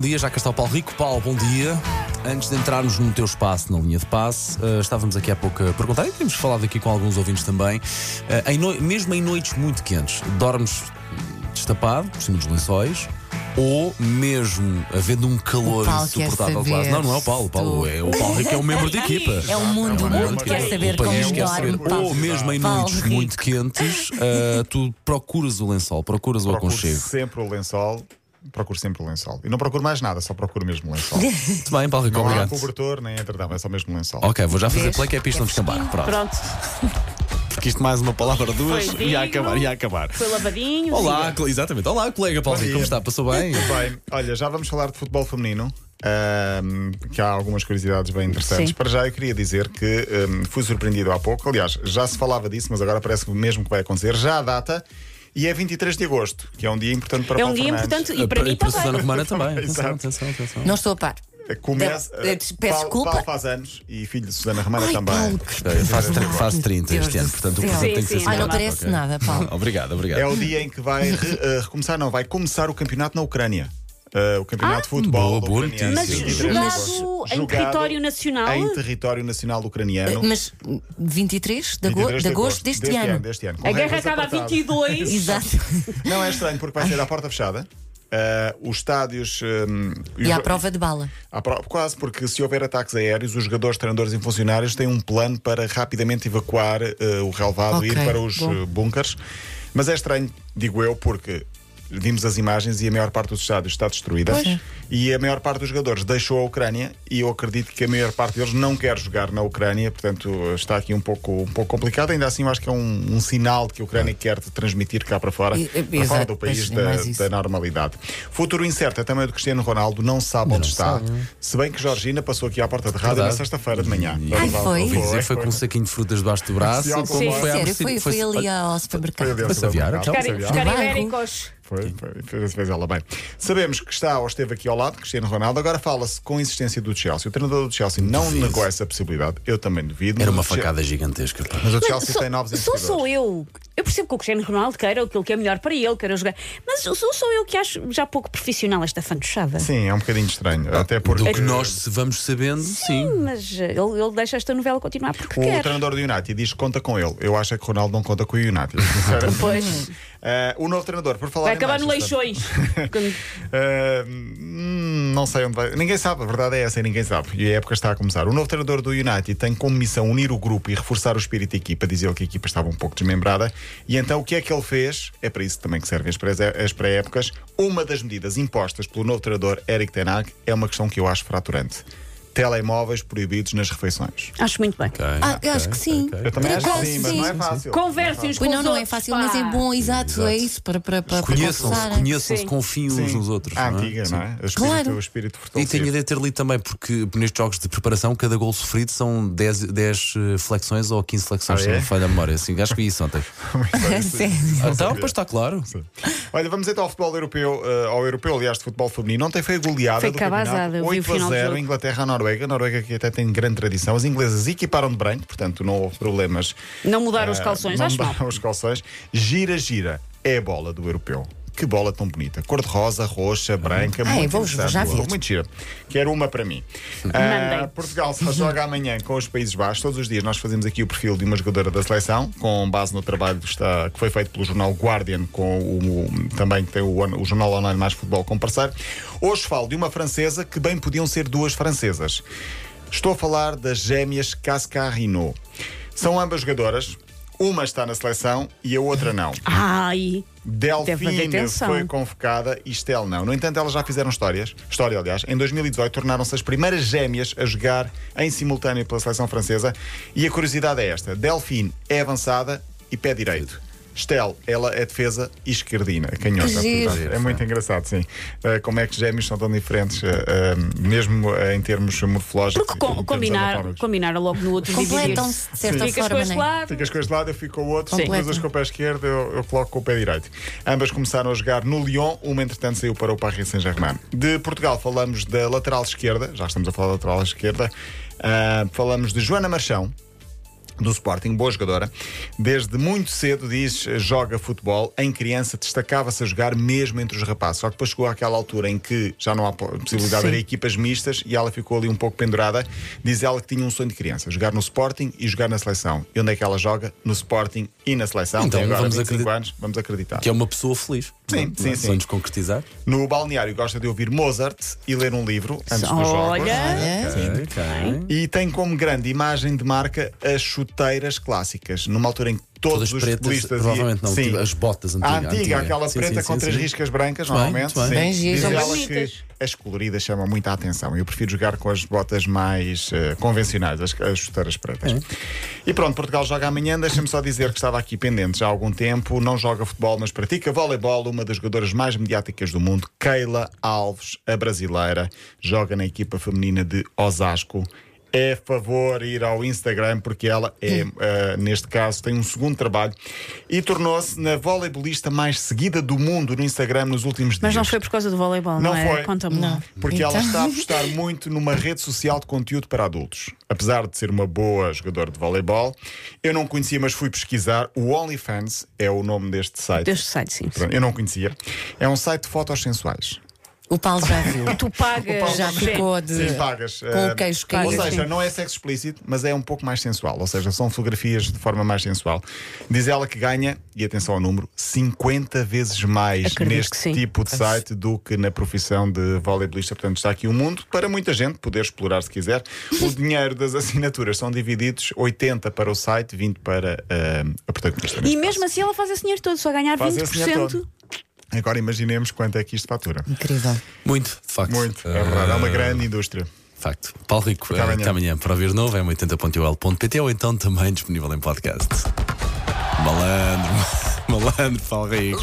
Bom dia, já cá está o Paulo Rico. Paulo, bom dia. Antes de entrarmos no teu espaço, na linha de passe, eh, estávamos aqui há pouco a perguntar e temos falado aqui com alguns ouvintes também. Eh, em noi- mesmo em noites muito quentes, dormes destapado, por cima dos lençóis, ou mesmo havendo um calor O Paulo quer insuportável saber quase. Não, não é o Paulo. O Paulo, se tu- é, o Paulo Rico é um membro da equipa. É o mundo, o mundo Exatamente. quer saber O país como um quer saber. dorme Paulo. Ou mesmo em Paulo noites Rico. muito quentes, eh, tu procuras o lençol, procuras o procuro aconchego. sempre o lençol. Procuro sempre o lençol. E não procuro mais nada, só procuro mesmo o lençol. Muito bem, Paulo Rico, não há obrigado. cobertor nem edredão, é só mesmo o lençol. Ok, vou já fazer Vês? play que é para isto não descambar. Pronto. Pronto, Porque isto mais uma palavra duas Foi ia digno. acabar, ia acabar. foi lavadinho. Olá, co- exatamente. Olá, colega Paulo Bom Rico, como dia. está? Passou bem? Bem, olha, já vamos falar de futebol feminino. ahm, que há algumas curiosidades bem interessantes. Sim. Para já, eu queria dizer que ahm, fui surpreendido há pouco. Aliás, já se falava disso, mas agora parece que mesmo que vai acontecer. Já a data, e é 23 de agosto, que é um dia importante para É Paulo um dia Fernandes. importante e para mim Susana também. Romana também. Atenção, Exato. atenção, atenção. Não estou a par. Começa, Não, eu te peço Paulo- desculpa. Paulo faz anos e filho de Susana Romana Ai, também. Paulo, que- Eh, Faz, tre- faz 30 Deus este ano, do portanto o céu. presente tem que Sim, ser sim. Ai, Ah, não Sim. simbólico, parece ok? nada, Paulo. Obrigado, obrigado. É o dia em que vai re- eh, recomeçar, não, vai começar o campeonato na Ucrânia. Eh, o campeonato de futebol. Ah, boa, boa ucraniano. Mas notícia. Sim, sim. 23 de agosto. jogado em Jogado território nacional. Em território nacional ucraniano. Eh, Mas 23 de, ago- 23 de agosto deste, ano. deste ano. Com A guerra regras acaba a apertadas. 22. Exato. Não é estranho, porque vai ser à porta fechada. Eh, os estádios. hum, E os- à prova de bala. à pro- Quase, porque se houver ataques aéreos, os jogadores, treinadores e funcionários têm um plano para rapidamente evacuar eh, o relevado e Ok, ir para os bom. eh, bunkers. Mas é estranho, digo eu, porque vimos as imagens e a maior parte dos estádios está destruída. E a maior parte dos jogadores deixou a Ucrânia e eu acredito que a maior parte deles não quer jogar na Ucrânia, portanto está aqui um pouco, um pouco complicado. Ainda assim, eu acho que é um, um sinal de que a Ucrânia quer transmitir cá para fora, E- e- para fora exato, do país pois, é da, mais isso. da normalidade. Futuro incerto é também o de Cristiano Ronaldo, não sabe onde está. Se bem que Georgina passou aqui à porta de rádio é? Verdade. na sexta-feira de manhã. E- Ai, foi? Ouvi dizer, foi com um saquinho de frutas debaixo do braço. Sim, e como sim. à Sério, mercê- foi, foi ali ao supermercado. Foi a Foi Saviar, Foi então. a Buscar, Saviar. buscar No banco. ibéricos. Foi, foi, fez, fez ela bem. Sabemos que está ou esteve aqui ao lado, Cristiano Ronaldo. Agora fala-se com insistência do Chelsea. O treinador do Chelsea não negou essa possibilidade. Eu também duvido. Era mas uma o Chelsea- facada gigantesca. pá. Mas o Mas Chelsea sou- tem novos sou, investidores. sou eu. Eu percebo que o Cristiano Ronaldo queira aquilo que é melhor para ele, queira jogar. Mas sou, sou eu que acho já pouco profissional esta fantochada. Sim, é um bocadinho estranho. Até Ah, Do porque que nós se vamos sabendo, sim. Mas eh, ele, ele deixa esta novela continuar porque o quer. treinador do United diz que conta com ele. Eu acho é que Ronaldo não conta com o United. sinceramente. Pois. Eh, o novo treinador, por falar Vai em acabar no Manchester. Leixões. Quando- Uh, hum, não sei onde vai. Ninguém sabe, a verdade é essa, ninguém sabe. E a época está a começar. O novo treinador do United tem como missão unir o grupo e reforçar o espírito da equipa. Diz ele que a equipa estava um pouco desmembrada. E então o que é que ele fez? É para isso também que servem as pré- as pré-épocas. Uma das medidas impostas pelo novo treinador Eric Tenag é uma questão que eu acho fraturante: telemóveis proibidos nas refeições. Acho muito bem. Ah, acho que sim. Eu também Para acho que qual sim, mas não é sim? fácil. Conversem Pois os com não, os não é outros, fácil, pá. mas é bom, exato, é isso, para, para, para, para Conheçam-se, conversarem. conheçam-se, Sim. confiem uns nos outros. À não é? antiga, não é? O espírito, Claro. o espírito E tenho a fortalecido. ideia de ter lido também, porque nestes jogos de preparação, cada gol sofrido são 10, 10 eh, flexões ou 15 flexões, Ah, se não é? me falha a memória. Assim, acho que vi isso ontem. Sim. então, pois está claro. Olha, vamos então ao futebol europeu, eh, ao europeu, aliás, de futebol feminino. Ontem foi a goleada Foi do campeonato. cabazada, eu vi o 8 final a do 0, jogo. Inglaterra à Noruega. A Noruega que até tem grande tradição. As inglesas equiparam de branco, portanto não houve problemas. Não mudaram os eh, calções, não acho mal. mudaram os calções. Gira, gira. É a bola do europeu. Que bola tão bonita. Cor de rosa, roxa, branca. Ah, é, Ai, muito vou- interessante. já vi. Muito gira. Quero uma para mim. Mandem. Ah, Portugal só joga amanhã com os Países Baixos. Todos os dias nós fazemos aqui o perfil de uma jogadora da seleção, com base no trabalho que, está- que foi feito pelo jornal Guardian, com o, o- também que tem o, on- o jornal online mais futebol como parceiro. Hoje falo de uma francesa que bem podiam ser duas francesas. Estou a falar das gêmeas Cascarino. São ambas jogadoras. Uma está na seleção e a outra não. Ai. Deve haver Delfina tensão. foi convocada e Estel não. No entanto, elas já fizeram histórias, história, aliás. Em 2018, tornaram-se as primeiras gêmeas a jogar em simultâneo pela seleção francesa. E a curiosidade é esta: Delfine é avançada e pé direito. Estel, ela é defesa e esquerdina, canhota. Que giro. portanto, É muito engraçado, sim. Eh, como é que os gêmeos são tão diferentes, eh, eh, mesmo eh, em termos morfológicos? Porque e com- em termos combinar, anatómicos. combinaram logo no outro vídeo. Completam-se, de certa Ficas com forma, este não é? lado. Ficas com este lado, eu fico com o outro. Sim. Sim. Cruzas com o pé esquerdo, eu, eu coloco com o pé direito. Ambas começaram a jogar no Lyon, uma entretanto saiu para o Paris Saint-Germain. De Portugal falamos da lateral esquerda, já estamos a falar da lateral esquerda. ah, falamos de Joana Marchão, do Sporting, boa jogadora, desde muito cedo diz joga futebol. Em criança destacava-se a jogar mesmo entre os rapazes. Só que depois chegou àquela altura em que já não há po- possibilidade Sim. de haver equipas mistas e ela ficou ali um pouco pendurada. Diz ela que tinha um sonho de criança: jogar no Sporting e jogar na seleção. E onde é que ela joga? No Sporting e na seleção. Então, Tem agora vamos 25 acredi- anos, vamos acreditar. Que é uma pessoa feliz. Sim, sim, sim. Sonhos concretizar. No balneário gosta de ouvir Mozart e ler um livro antes dos jogos. Olha. É? Ok, ok. E tem como grande imagem de marca as chuteiras clássicas, numa altura em que todos Todas os pretas, futebolistas. provavelmente não, sim. tipo, as botas A antigas. antiga, aquela preta com três riscas brancas, Muito bem, normalmente. muito bem. Bem sim. giro. Diz São ela bonitas. que as coloridas chamam muita atenção. Eu prefiro jogar com as botas mais eh, convencionais, as, as chuteiras pretas. Uhum. E pronto, Portugal joga amanhã. Deixa-me só dizer que estava aqui pendente já há algum tempo. Não joga futebol, mas pratica voleibol. Uma das jogadoras mais mediáticas do mundo, Keila Alves, a brasileira, joga na equipa feminina de Osasco. É favor ir ao Instagram porque ela é, Uhum. eh, neste caso, tem um segundo trabalho e tornou-se na voleibolista mais seguida do mundo no Instagram nos últimos Mas dias. não foi por causa do voleibol, não, Não é? foi. Conta-me. lá. Porque Então. ela está a apostar muito numa rede social de conteúdo para adultos. Apesar de ser uma boa jogadora de voleibol, eu não conhecia, mas fui pesquisar. O OnlyFans é o nome deste site. Deus site, sim. Pronto, Eu não conhecia. É um site de fotos sensuais. O Paulo já viu. Tu pagas. já Sim. ficou de. Sim, pagas. eh, Com o queixo Ou caído. seja, sim. não é sexo explícito, mas é um pouco mais sensual. Ou seja, são fotografias de forma mais sensual. Diz ela que ganha, e atenção ao número, 50 vezes mais Acredito que neste sim. tipo de site do que na profissão de voleibolista. Portanto, está aqui um mundo para muita gente poder explorar se quiser. O dinheiro das assinaturas são divididos 80 para o site, 20 para ah, a protagonista. E neste mesmo assim ela faz esse dinheiro todo, só ganhar Faz esse dinheiro 20%. todo. caso. Agora imaginemos quanto é que isto fatura. Incrível. Muito, de facto. Muito, é Ah, verdade. É uma grande indústria. De facto. Paulo Rico, eh, amanhã. até amanhã para ouvir de novo é 80.ol.pt ou então também disponível em podcast. Malandro, malandro, Paulo Rico.